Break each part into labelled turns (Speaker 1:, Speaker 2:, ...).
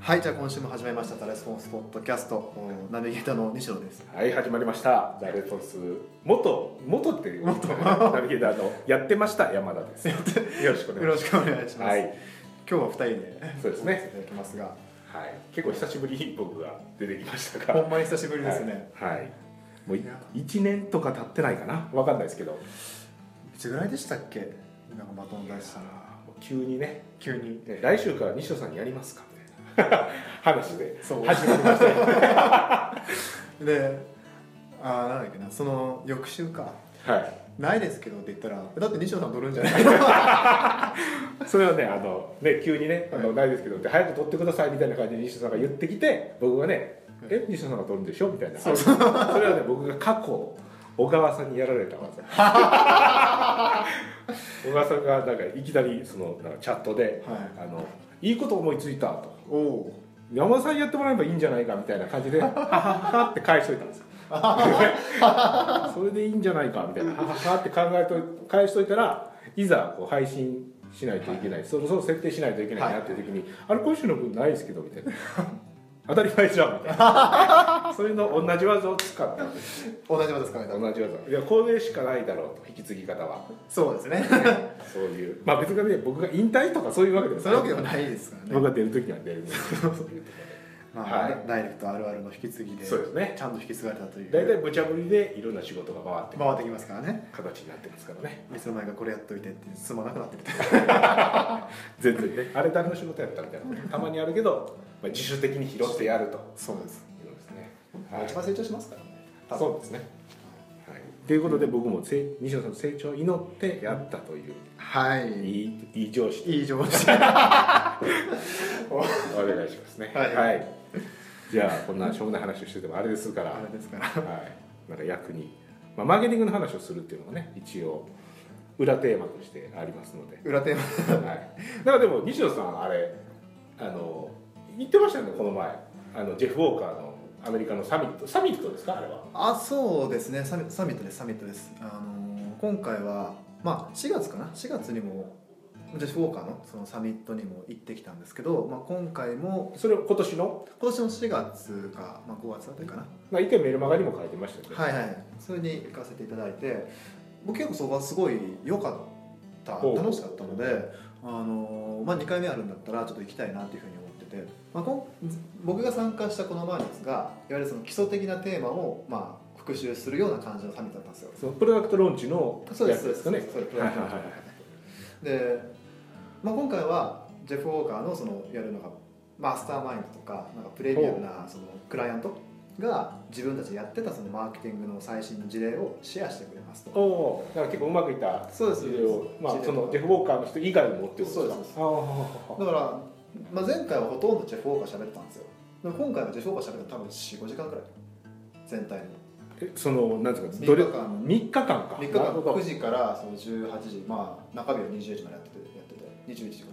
Speaker 1: はいじゃあ今週も始めました「ザ・レスポンス」ポッドキャストナビゲーターの西野です
Speaker 2: はい始まりました「ザ・レスポンス」元元っていう元ナビゲーターのやってました山田ですよろしくお
Speaker 1: よ
Speaker 2: 願い
Speaker 1: ろ
Speaker 2: し
Speaker 1: しくお願いし
Speaker 2: ます
Speaker 1: ます、
Speaker 2: はい、
Speaker 1: 今日は2人で
Speaker 2: そうです
Speaker 1: お送り
Speaker 2: ね
Speaker 1: いただきますが
Speaker 2: はい、結構久しぶりに僕が出てきましたが
Speaker 1: ほんまに久しぶりですね、
Speaker 2: はい、はいもうい
Speaker 1: いや
Speaker 2: 一年とか経ってないかなわかんないですけど
Speaker 1: いつぐらいでしたっけなんかバトン出したの
Speaker 2: もう急にね
Speaker 1: 急に
Speaker 2: ね来週から西野さんにやりますかみたいな 話で
Speaker 1: そう
Speaker 2: 始まりましたよ
Speaker 1: であーなんだっけなその翌週か
Speaker 2: はい
Speaker 1: ないですけどって言ったらだって西野さん撮るんじゃない
Speaker 2: それはねあのね急にねあの、
Speaker 1: はい
Speaker 2: ないですけどって早く取ってくださいみたいな感じで西野さんが言ってきて僕がね「
Speaker 1: はい
Speaker 2: え西野さんが取るんでしょ?」みたいな
Speaker 1: そう
Speaker 2: それはね僕が過去小川さんにやられた 技小川さんがなんかいきなりそのなんかチャットで
Speaker 1: はい
Speaker 2: あの「いいこと思いついた」と
Speaker 1: おお
Speaker 2: 「山田さんやってもらえばいいんじゃないか」みたいな 感じで「はははは」って返しといたんですよ それでいいんじゃないかみたいな「ははは」って考えとい返しといたらいざこう配信しないといけない、そろそろ設定しないといけないなっていう時に「あれ今週の分ないですけど」みたいな 「当たり前じゃん」みた いなそういうの同じ技を使ったんです
Speaker 1: 同じことですかね多分
Speaker 2: 同じ技いやこれしかないだろうと引き継ぎ方は
Speaker 1: そうですね
Speaker 2: そういうまあ別にね僕が引退とかそういうわけで も
Speaker 1: そういうわけではないですからね
Speaker 2: 僕が出る時には出るんですけどそういうところで
Speaker 1: まあ、
Speaker 2: はい
Speaker 1: ダイレクトあるあるの引き継ぎで
Speaker 2: そうですね
Speaker 1: ちゃんと引き継がれたという
Speaker 2: 大体無茶ぶりでいろんな仕事が回ってくる
Speaker 1: 回ってきますからね
Speaker 2: 形になってますからね
Speaker 1: いつの間にかこれやっといてって進まなくなってると
Speaker 2: 全然ねあれ誰の仕事やったみたいなたまにあるけど、まあ、自主的に拾ってやると
Speaker 1: そうです、
Speaker 2: いうのですね、
Speaker 1: 一番成長しますからね多分
Speaker 2: そうですねはいということで僕もせ西野さんの成長を祈ってやったという、
Speaker 1: はい
Speaker 2: いいいい上司
Speaker 1: いい上 司
Speaker 2: お願いしますね
Speaker 1: はい
Speaker 2: じゃあこんなしょうもない話をしててもあれですから、
Speaker 1: あ
Speaker 2: は
Speaker 1: れですから
Speaker 2: い、なんか役に、まあ、マーケティングの話をするっていうのがね一応裏テーマとしてありますので
Speaker 1: 裏テーマ
Speaker 2: はい、なんかでも西野さんあれあの言ってましたよねこの前あのジェフ・ウォーカーのアメリカのサミットサミットですかあれは
Speaker 1: あそうですねサミサミットですサミットです、あのー今回は、まあ、4月かな4月にもジェフ・ウォーカーのそのサミットにも行ってきたんですけど、まあ、今回も
Speaker 2: それを今年の
Speaker 1: 今年の4月か、まあ、5月あたりかな
Speaker 2: まあ一回メルマガにも書いてましたよね、
Speaker 1: はいはいそれに行かせていただいて僕結構そこはすごい良かった
Speaker 2: ほう
Speaker 1: 楽しかったのであのー、まあ、2回目あるんだったらちょっと行きたいなっていうふうに思ってて、まあ、こん僕が参加したこのマーニスがいわゆるその基礎的なテーマをまあ復習するような感じのサミットだったんですよ
Speaker 2: そのプロダクトローンチの
Speaker 1: そうです
Speaker 2: やつかね
Speaker 1: そうです
Speaker 2: はいはいはい
Speaker 1: で、まあ、今回はジェフ・ウォーカーのそのやるのがマスターマインドとかなんかプレミアムなそのクライアントが自分たちでやってたそのマーケティングの最新の事例をシェアしてくれますと
Speaker 2: おおーだから結構うまくいった
Speaker 1: そうです
Speaker 2: それをまあ
Speaker 1: 事例
Speaker 2: そ
Speaker 1: とか
Speaker 2: のジェフ・ウォーカーの人以外もってことです
Speaker 1: そう
Speaker 2: か
Speaker 1: です
Speaker 2: あー
Speaker 1: だから、まあ、前回はほとんどジェフ・ウォーカー喋ってたんですよでも今回はジェフ・ウォーカー喋ったの多分45時間くらい全体の
Speaker 2: えそのなんですか
Speaker 1: 3日
Speaker 2: 3
Speaker 1: 間
Speaker 2: 日間か
Speaker 1: 3日
Speaker 2: なる
Speaker 1: 間
Speaker 2: ほど
Speaker 1: 9時からその18時まあ中日は20時までやっててやってて21時か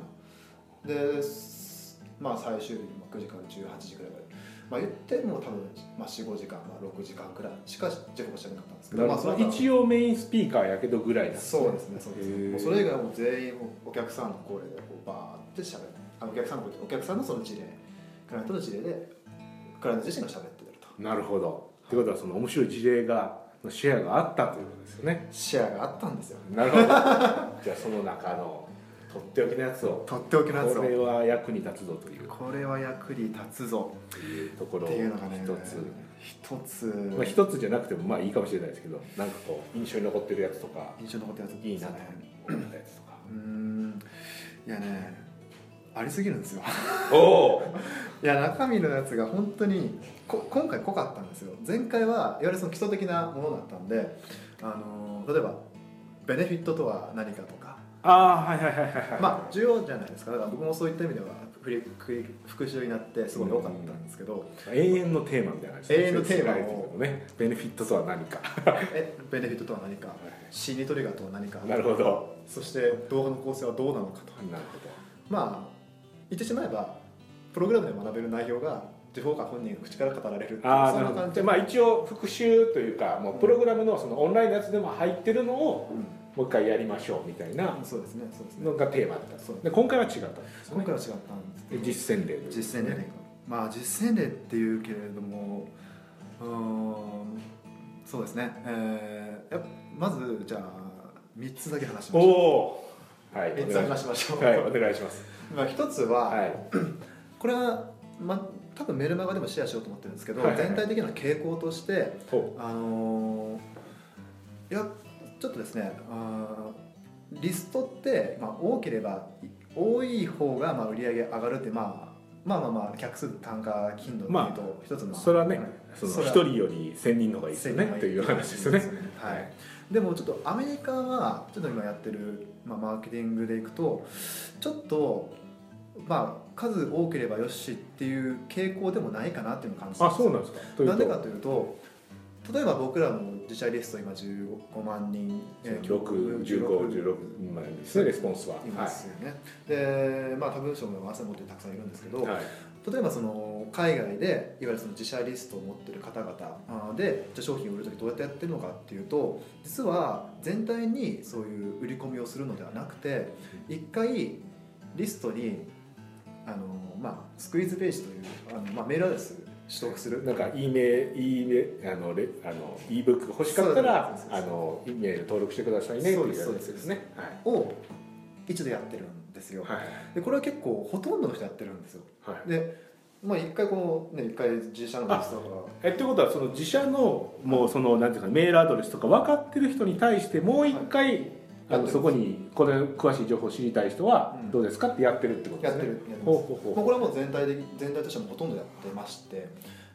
Speaker 1: なですまあ最終日まあ9時から18時くらいまでまあ言っても多分、まあ、45時間、まあ、6時間くらいしかジェフ・ウォーカー喋らなかったんですけど
Speaker 2: なる
Speaker 1: まあ
Speaker 2: ほ
Speaker 1: の
Speaker 2: ど
Speaker 1: 後
Speaker 2: 一応メインスピーカーやけどぐらいなんですね
Speaker 1: そうですねそうです
Speaker 2: へー
Speaker 1: ねもうそれ以外はもう全員お客さんの声でこうバーって喋るあお客さんの声でお客さんのその事例クライアントの事例でクライアント自身が喋ってると
Speaker 2: なるほど。ってことはその面白い事例がのシェアがあったということですよね。
Speaker 1: シェアがあったんですよ
Speaker 2: なるほど。 じゃあその中のとっておきのやつを。
Speaker 1: とっておきのやつ
Speaker 2: これ
Speaker 1: を
Speaker 2: は役に立つぞという
Speaker 1: これは役に立つぞ
Speaker 2: ところ
Speaker 1: っ
Speaker 2: を
Speaker 1: て
Speaker 2: 一
Speaker 1: いうのがね
Speaker 2: つ、
Speaker 1: 一つ、
Speaker 2: まあ一つじゃなくてもまあいいかもしれないですけど、なんかこう印象に残ってるやつとか
Speaker 1: 印象に残ったやつですね
Speaker 2: いいなと思ったやつとか。
Speaker 1: うーんいやねありすぎるんですよ
Speaker 2: おお。
Speaker 1: いや中身のやつが本当にこ今回濃かったんですよ前回はいわゆるその基礎的なものだったんであの例えばベネフィットとは何かとか
Speaker 2: ああはいはいはいはいはい。
Speaker 1: まあ重要じゃないですかだから僕もそういった意味では振り振り復習になってすごい良かったんですけど、
Speaker 2: 永遠のテーマみたいな感じ
Speaker 1: 永遠のテーマを
Speaker 2: 世界というのね。ベネフィットとは何か。
Speaker 1: えベネフィットとは何か心理トリガーとは何か
Speaker 2: なるほど。
Speaker 1: そして動画の構成はどうなのかと
Speaker 2: なるほど。
Speaker 1: まあ言ってしまえばプログラムで学べる内容が自フォーカー本人が口から語られるっていう
Speaker 2: あー
Speaker 1: そ
Speaker 2: な
Speaker 1: な
Speaker 2: んるほど
Speaker 1: 感じ
Speaker 2: じゃあまあ一応復習というかもうプログラムのそのオンラインのやつでも入ってるのを
Speaker 1: う、
Speaker 2: もう一回やりましょうみたいなん
Speaker 1: そうですねそうですね
Speaker 2: のがテーマだったんです
Speaker 1: そう
Speaker 2: で今回は違ったんですよ
Speaker 1: 今
Speaker 2: ね
Speaker 1: 回は違ったんですけ
Speaker 2: で
Speaker 1: ど
Speaker 2: 実践例という
Speaker 1: 実践でねまあ実践例っていうけれどもうーんそうですね、えー、やっまずじゃあ3つだけ話しま
Speaker 2: お
Speaker 1: しょ
Speaker 2: おーは
Speaker 1: う
Speaker 2: い
Speaker 1: 3つ話しましょう、
Speaker 2: はいお願いします
Speaker 1: まあ、1つは、
Speaker 2: はい
Speaker 1: これは、まあ、多分メルマガでもシェアしようと思ってるんですけど、
Speaker 2: はいはいはい
Speaker 1: 全体的な傾向として
Speaker 2: ほ
Speaker 1: あのーいやちょっとですねあーリストって、まあ、多ければ多い方がまあ売り上げ上がるって、まあ、まあまあまあ客数単価頻度っていう
Speaker 2: ま
Speaker 1: と一つの、
Speaker 2: うそれはねその
Speaker 1: それ
Speaker 2: 一
Speaker 1: は
Speaker 2: 人より千人の方がいいですよねという話ですよね
Speaker 1: はいでもちょっとアメリカはちょっと今やってる、まあ、マーケティングでいくとちょっとまあ数多ければよしっていう傾向でもないかなっていうのを感じて
Speaker 2: あ
Speaker 1: ます
Speaker 2: そうなんですかという
Speaker 1: な
Speaker 2: と
Speaker 1: んでかというと例えば僕らの自社リスト今15万人えー
Speaker 2: 6、15、16までですね、レスポンスは。
Speaker 1: いますよね、でまあ他部署も合わせ持ってるたくさんいるんですけど、
Speaker 2: はいはい
Speaker 1: 例えばその海外でいわゆるその自社リストを持ってる方々あーでじゃあ商品を売る時どうやってやってるのかっていうと実は全体にそういう売り込みをするのではなくて一回リストにあの、まあ、スクイーズページというあの、まあ、メールアドレス取得する
Speaker 2: なんか E メール、E メールあのレあの E ブック欲しかったら
Speaker 1: そうです
Speaker 2: あの E メール登録してくださいねって
Speaker 1: そう
Speaker 2: い
Speaker 1: です
Speaker 2: うやつですね。はい
Speaker 1: を一度やってるんですよ、
Speaker 2: はい
Speaker 1: でこれは結構ほとんどの人やってるんですよ
Speaker 2: はい。
Speaker 1: でまあ一回このね一回自社のリストが
Speaker 2: えってことはその自社のもうそのなんていうかメールアドレスとか分かってる人に対してもう一回、あ
Speaker 1: やって
Speaker 2: の
Speaker 1: る
Speaker 2: そこにこれ詳しい情報を知りたい人は
Speaker 1: うん
Speaker 2: どうですかってやってるってことで
Speaker 1: や
Speaker 2: す
Speaker 1: っ
Speaker 2: ね。
Speaker 1: てるやってます
Speaker 2: ほうほう
Speaker 1: まあ、
Speaker 2: ほ
Speaker 1: これはもう全体的全体としてもほとんどやってまして、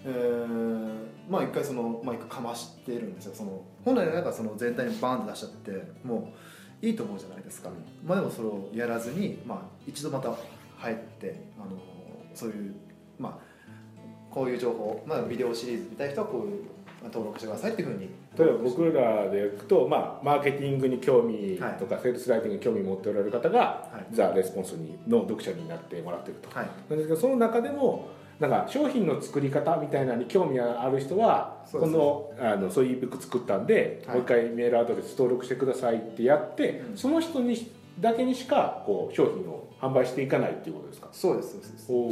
Speaker 1: えーまあ一回その、まあ、一回かましてるんですよその本来なんかその全体にバーンって出しちゃってもういいと思うじゃないですか、まあでもそれをやらずに、まあ、一度また入ってあのそういうまあこういう情報、まあ、ビデオシリーズ見たい人はこういうまあ登録してくださいっていうふうに
Speaker 2: う。例えば僕らでいくと、まあ、マーケティングに興味とか、セールスライティングに興味持っておられる方が、
Speaker 1: はい
Speaker 2: ザ・レスポンスにの読者になってもらってると。
Speaker 1: はい
Speaker 2: なんですけどその中でもなんか商品の作り方みたいなのに興味がある人は
Speaker 1: そう
Speaker 2: こ
Speaker 1: です
Speaker 2: のあのそういう ebook 作ったんで、
Speaker 1: はい
Speaker 2: もう一回メールアドレス登録してくださいってやって、
Speaker 1: うん
Speaker 2: その人にだけにしかこう商品を販売していかないっていうことですか
Speaker 1: そうですそうです
Speaker 2: おお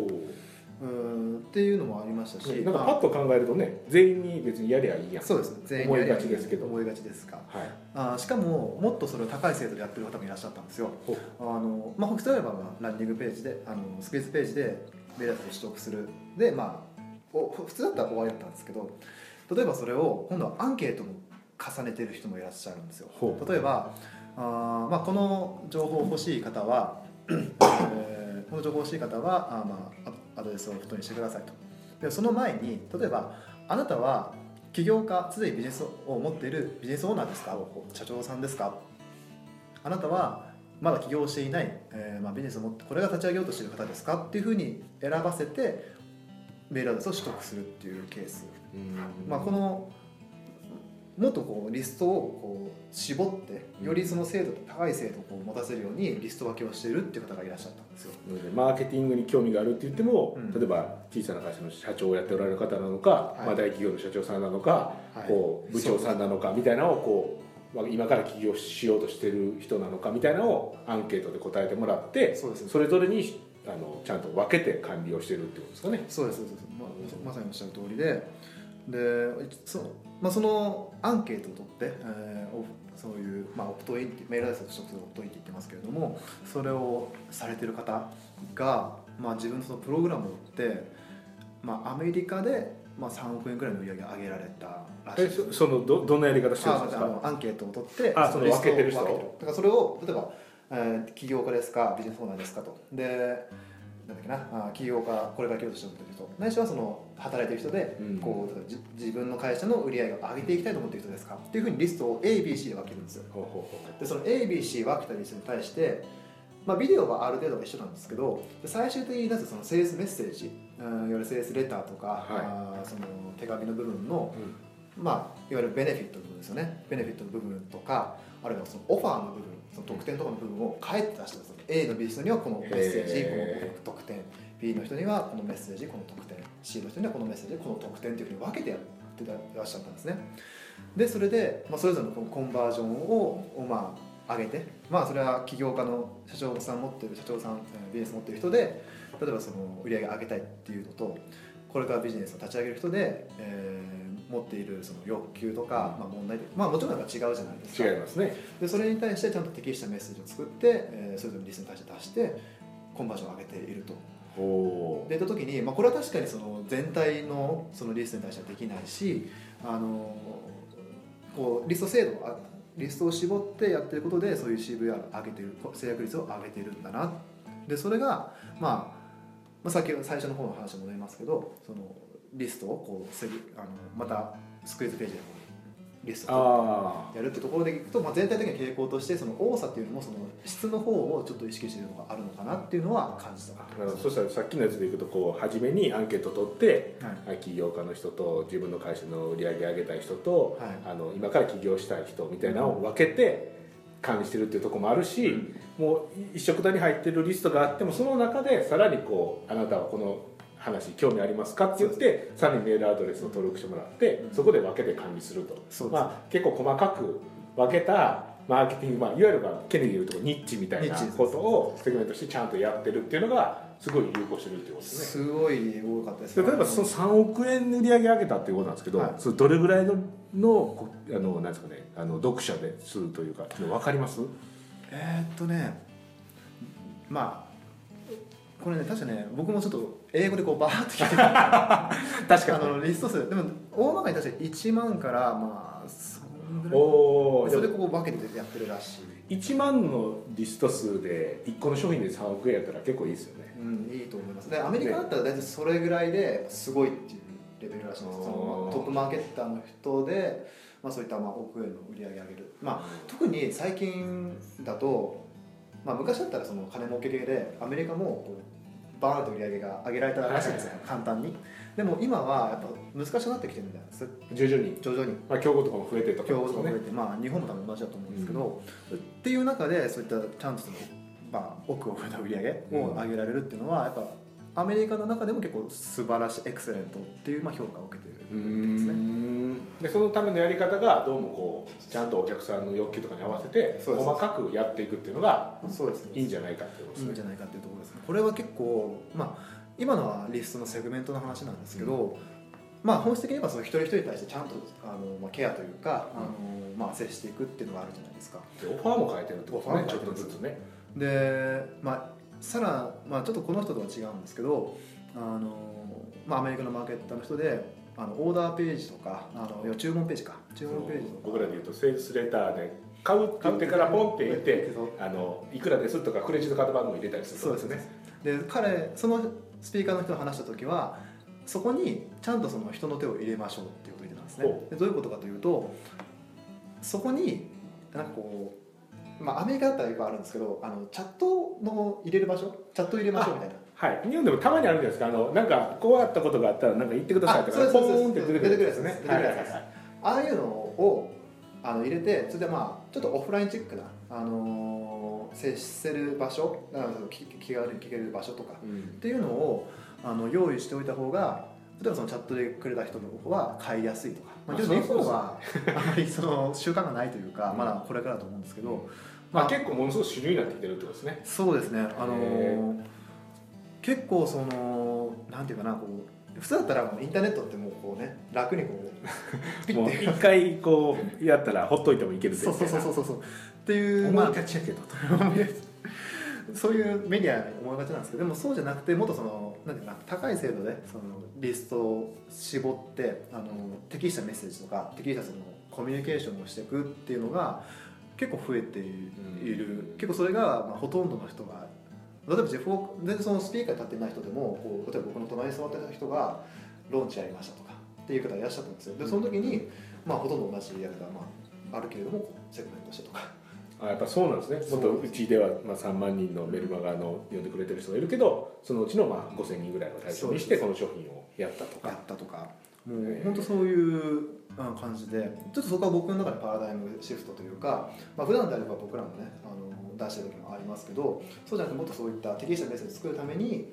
Speaker 1: うーんっていうのもありましたし
Speaker 2: なんか
Speaker 1: まあ
Speaker 2: パッと考えるとね全員に別にやりゃいいやん
Speaker 1: そうですね全員にやりゃ
Speaker 2: 思いがちですけど
Speaker 1: 思いがちですか
Speaker 2: はい
Speaker 1: あーしかももっとそれを高い精度でやってる方もいらっしゃったんですよ
Speaker 2: ほう
Speaker 1: あの、まあ、例えばまあランディングページであのスクイーズページでメールアドレスを取得するでまあお普通だったら終わりだったんですけど例えばそれを今度はアンケートも重ねてる人もいらっしゃるんですよ
Speaker 2: ほう
Speaker 1: 例えばあー、まあ、この情報欲しい方は、 えーこの情報欲しい方はあー、まあ、アアドレスをフットにしてくださいとでその前に例えばあなたは起業家すでにビジネスを持っているビジネスオーナーですか社長さんですかあなたはまだ起業していない、えーまあ、ビジネスを持ってこれが立ち上げようとしている方ですかっていうふうに選ばせてメールアドレスを取得するっていうケースまあ、このもっとこうリストをこう絞って
Speaker 2: うん
Speaker 1: よりその精度高い精度をこう持たせるようにリスト分けをしているっていう方がいらっしゃったんですよ。
Speaker 2: なのでマーケティングに興味があるって言っても、
Speaker 1: うん
Speaker 2: 例えば小さな会社の社長をやっておられる方なのか、
Speaker 1: い
Speaker 2: まあ、大企業の社長さんなのか、
Speaker 1: はい
Speaker 2: こう部長さんなのかみたいなのをこう、まあ、今から起業しようとしてる人なのかみたいなのをアンケートで答えてもらって
Speaker 1: そうですね
Speaker 2: それぞれにあのちゃんと分けて管理をしてるってことですかね。
Speaker 1: そうですそうですまあまさにおっしゃる通りででそ,、まあ、そのアンケートを取って、えーおそういう、まあ、オプトインってメールアドレスを取得するオプトインって言ってますけれどもそれをされてる方が、まあ、自分のそのプログラムを追って、まあ、アメリカで、まあ、3億円ぐらいの売り上げ上げられたらしい
Speaker 2: え
Speaker 1: です
Speaker 2: そそのどどんなやり方してるん
Speaker 1: あ
Speaker 2: です
Speaker 1: あ
Speaker 2: か
Speaker 1: のアンケートを取って
Speaker 2: あその
Speaker 1: リストを
Speaker 2: 分けてる人
Speaker 1: 分だからそれを例えば、えー起業家ですかビジネスオーナーですかとでなんだっけなあー起業家これから起業してる人ないしはその働いてる人で、
Speaker 2: うん
Speaker 1: こう例えばじ自分の会社の売り上げを上げていきたいと思ってる人ですかっていうふうにリストを ABC で分けるんですよ
Speaker 2: ほうほうほう
Speaker 1: でその ABC 分けたリストに対して、まあ、ビデオはある程度は一緒なんですけどで最終的になぜそのセールスメッセージ、うん、いわゆるセールスレターとか、
Speaker 2: はい
Speaker 1: あーその手紙の部分の
Speaker 2: うん
Speaker 1: まあ、いわゆるベネフィットの部分ですよねベネフィットの部分とかあるいはそのオファーの部分その特典とかの部分を変えて出してます A の B の人にはこのメッセージ
Speaker 2: へ
Speaker 1: この特典 B の人にはこのメッセージこの特典 C の人にはこのメッセージこの特典というふうに分けてやってらっしゃったんですねでそれで、まあ、それぞれのこのコンバージョンを、まあ、上げてまあそれは起業家の社長さん持ってる社長さんえービジネス持ってる人で例えばその売り上げ上げたいっていうのとこれからビジネスを立ち上げる人で、えー持っているその欲求とか、まあ、問題でまあもちろんなんか違うじゃないですか
Speaker 2: 違いますね
Speaker 1: でそれに対してちゃんと適したメッセージを作って、えーそれぞれのリスナーに対して出してコンバージョンを上げていると
Speaker 2: おお
Speaker 1: でいった時に、まあ、これは確かにその全体のそのリストに対してはできないしあのこうリスト制度あリストを絞ってやってることでそういう CVR を上げてる制約率を上げてるんだなでそれが、まあ、まあさっき最初の方の話に戻りますけどそのリストをこうすりあのまたスクイーズページでこうリストを
Speaker 2: あ
Speaker 1: やるってところでいくと、まあ、全体的な傾向としてその多さっていうよりもその質の方をちょっと意識してるのがあるのかなっていうのは感じた。
Speaker 2: あなるほどそしたらさっきのやつでいくとこう初めにアンケート取って
Speaker 1: はい
Speaker 2: あ起業家の人と自分の会社の売り上げ上げたい人と、
Speaker 1: はい
Speaker 2: あの今から起業したい人みたいなのを分けて管理してるっていうところもあるし、
Speaker 1: うん
Speaker 2: もう一緒くたに入ってるリストがあってもその中でさらにこうあなたはこの話興味ありますかって言ってさらにメールアドレスを登録してもらって、
Speaker 1: うん
Speaker 2: そこで分けて管理すると
Speaker 1: そうです
Speaker 2: まあ、結構細かく分けたマーケティング、まあ、いわゆるまあケネディでいうとこニッチみたいな
Speaker 1: ニッチです
Speaker 2: ことをセグメントしてちゃんとやってるっていうのがすごい有効してるっていうことですね。
Speaker 1: すごい多かったです
Speaker 2: で例えばその3億円売り上げ上げたっていうことなんですけど、
Speaker 1: はい
Speaker 2: それどれぐらいののこあのなんですかねあの読者でするというか分かります
Speaker 1: えーっとねまあこれね確かね僕もちょっと英語でこうバーッと聞いてた
Speaker 2: 確
Speaker 1: あのリスト数でも大まかに確か1万からまあそんぐらい
Speaker 2: おお
Speaker 1: それでこう分けてやってるらしい、
Speaker 2: 1万のリスト数で1個の商品で3億円やったら結構いいですよね
Speaker 1: うん、いいと思いますでアメリカだったら大体それぐらいですごいっていうレベルらしいんですそのまあトップマーケッターの人で、まあ、そういったまあ億円の売り上げ上げるまあ特に最近だと、まあ、昔だったらその金儲け系でアメリカもこうバーンと売り上げが上げられたらしいんですよ
Speaker 2: はい
Speaker 1: 簡単にでも今はやっぱ難しくなってきてるんだよそ
Speaker 2: 徐々に、
Speaker 1: 徐々に
Speaker 2: まあ、競合とかも増えてるとか
Speaker 1: 競
Speaker 2: も
Speaker 1: 合
Speaker 2: です
Speaker 1: と
Speaker 2: よ
Speaker 1: か
Speaker 2: ね
Speaker 1: 増えて、まあ、日本も多分同じだと思うんですけど、っていう中でそういったちゃんとその、まあ、億を超えた売り上げを上げられるっていうのはやっぱアメリカの中でも結構素晴らしいエクセレントっていうまあ評価を受けてる
Speaker 2: うーんでそのためのやり方がどうもこうちゃんとお客さんの欲求とかに合わせて
Speaker 1: そうです
Speaker 2: 細かくやっていくっていうのが
Speaker 1: そうですね
Speaker 2: いいんじゃないかっていうこと
Speaker 1: いいん
Speaker 2: で
Speaker 1: じ
Speaker 2: す
Speaker 1: ゃ
Speaker 2: ね
Speaker 1: ないかっていうところですねこれは結構まあ今のはリストのセグメントの話なんですけど、まあ本質的にはその一人一人に対してちゃんとあの、まあ、ケアというか、あのまあ、接していくっていうのがあるじゃないですか
Speaker 2: でオファーも変えてるってことね
Speaker 1: オフ
Speaker 2: ち
Speaker 1: ァ
Speaker 2: ょ
Speaker 1: ー
Speaker 2: っ
Speaker 1: も変えてる
Speaker 2: とずつね
Speaker 1: でまあさら、まあ、ちょっとこの人とは違うんですけどあの、まあ、アメリカのマーケットの人であのオーダーページとかあのいや注文ページか注文ページとか
Speaker 2: 僕らで言うとセールスレターで買う買ってからポンって入れてあのいくらですとかクレジットカード番号入れたりする
Speaker 1: そうですねで彼そのスピーカーの人と話した時はそこにちゃんとその人の手を入れましょうっていうことを言ってたんですね
Speaker 2: ほ
Speaker 1: でどういうことかというとそこになんかこうまあアメリカだったらよくあるんですけどあのチャットの入れる場所チャット入れましょうみたいな
Speaker 2: はい日本でもたまにあるじゃないですかあのなんかこうやったことがあったらなんか言ってくださいと
Speaker 1: あ
Speaker 2: か
Speaker 1: そう
Speaker 2: ポ
Speaker 1: です
Speaker 2: ーンって出てくるやつ
Speaker 1: そうで
Speaker 2: ね
Speaker 1: す出てく
Speaker 2: は
Speaker 1: る
Speaker 2: いは
Speaker 1: やつで
Speaker 2: いはい
Speaker 1: すああいうのをあの入れてそれでまあちょっとオフラインチックな、あのー接せる場所あの気気軽に聞ける場所とか
Speaker 2: うん
Speaker 1: っていうのをあの用意しておいた方が例えばそのチャットでくれた人の方は買いやすいとか、まあ、
Speaker 2: まあ
Speaker 1: でも日
Speaker 2: そうで
Speaker 1: 本
Speaker 2: す
Speaker 1: はあまりその習慣がないというか、
Speaker 2: うん
Speaker 1: まだこれからだと思うんですけど、
Speaker 2: まあ結構ものすごく主流になってきてるってことです ね
Speaker 1: そうですねあの
Speaker 2: へ
Speaker 1: ー結構そのなんていうかなこう普通だったらもうインターネットってもうこうね楽にこうピ
Speaker 2: も
Speaker 1: ッ
Speaker 2: う
Speaker 1: て
Speaker 2: 一回こうやったらほっといてもいけるぜ
Speaker 1: そうそうそうそうそうそうっていう
Speaker 2: 思
Speaker 1: ま
Speaker 2: い
Speaker 1: あ
Speaker 2: 立ちやけどと
Speaker 1: そういうメディアに思いがちなんですけどでもそうじゃなくてもっとそのなんていうかな高い精度でそのリストを絞ってあの適したメッセージとか適したそのコミュニケーションをしていくっていうのが結構増えている、
Speaker 2: うん
Speaker 1: 結構それが、まあ、ほとんどの人が例えばジェフ・ウォーク全然そのスピーカーに立ってない人でもこう例えば僕の隣に座ってた人がローンチやりましたとかっていう方がいらっしゃったんですよでその時に、まあ、ほとんど同じやり方が、まあ、あるけれどもこうセグメントしてとか
Speaker 2: あやっぱそうなんですねもっとうちではまあ3万人のメルマガの呼んでくれてる人がいるけどそのうちのまあ5000人ぐらいを対象にしてこの商品をやったと
Speaker 1: や
Speaker 2: か
Speaker 1: ったとかも
Speaker 2: へ
Speaker 1: う
Speaker 2: ー
Speaker 1: 本当そういううん感じでちょっとそこは僕の中でパラダイムシフトというか、まあ普段であれば僕らもねあの出してる時もありますけどそうじゃなくてもっとそういった適したメッセージを作るために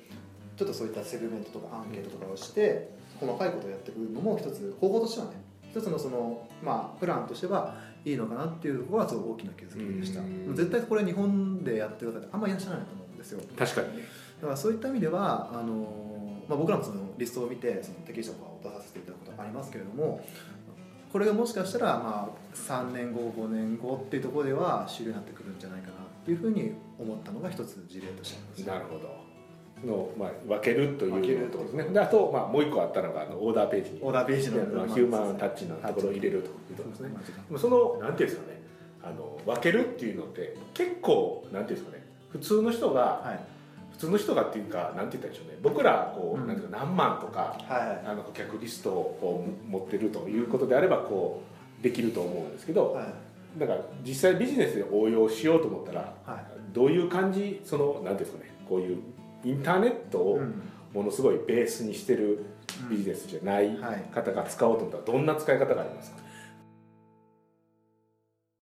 Speaker 1: ちょっとそういったセグメントとかアンケートとかをして細かいことをやっていくのも一つ方法としてはね一つのその、まあ、プランとしてはいいのかなっていうところはすごい大きな気づきでした
Speaker 2: うん
Speaker 1: 絶対これ日本でやってる方あんまりいらっしゃらないと思うんですよ
Speaker 2: 確かにね
Speaker 1: だからそういった意味ではあの、まあ、僕らもそのリストを見てそのテキストとかを出させていただくことはありますけれどもこれがもしかしたらまあ3年後5年後っていうところでは主流になってくるんじゃないかなっていうふうに思ったのが一つ事例としてあります
Speaker 2: なるほどの、まあ、分けるという
Speaker 1: 分ける
Speaker 2: ところですねであと、まあ、もう一個あったのがあのオーダーページに
Speaker 1: オーダーページの
Speaker 2: まあヒューマンタッチのところを入れるというと
Speaker 1: そ
Speaker 2: こ
Speaker 1: う
Speaker 2: ろ
Speaker 1: で
Speaker 2: です
Speaker 1: すね
Speaker 2: ねでもそのなんていうんですかねあの分けるっていうのって結構なんていうんですかね普通の人が
Speaker 1: はい
Speaker 2: 普通の人がっていうかなんて言ったらいいんでしょうね僕らこう、
Speaker 1: うん
Speaker 2: なんていうか何万とか
Speaker 1: はい
Speaker 2: あの顧客リストをこう持ってるということであればこうできると思うんですけど、
Speaker 1: はい
Speaker 2: だから実際ビジネスで応用しようと思ったら
Speaker 1: はい
Speaker 2: どういう感じそのなんていうんですかねこういうインターネットをものすごいベースにしてるビジネスじゃない
Speaker 1: はい
Speaker 2: 方が使おうと思ったらどんな使い方がありますかね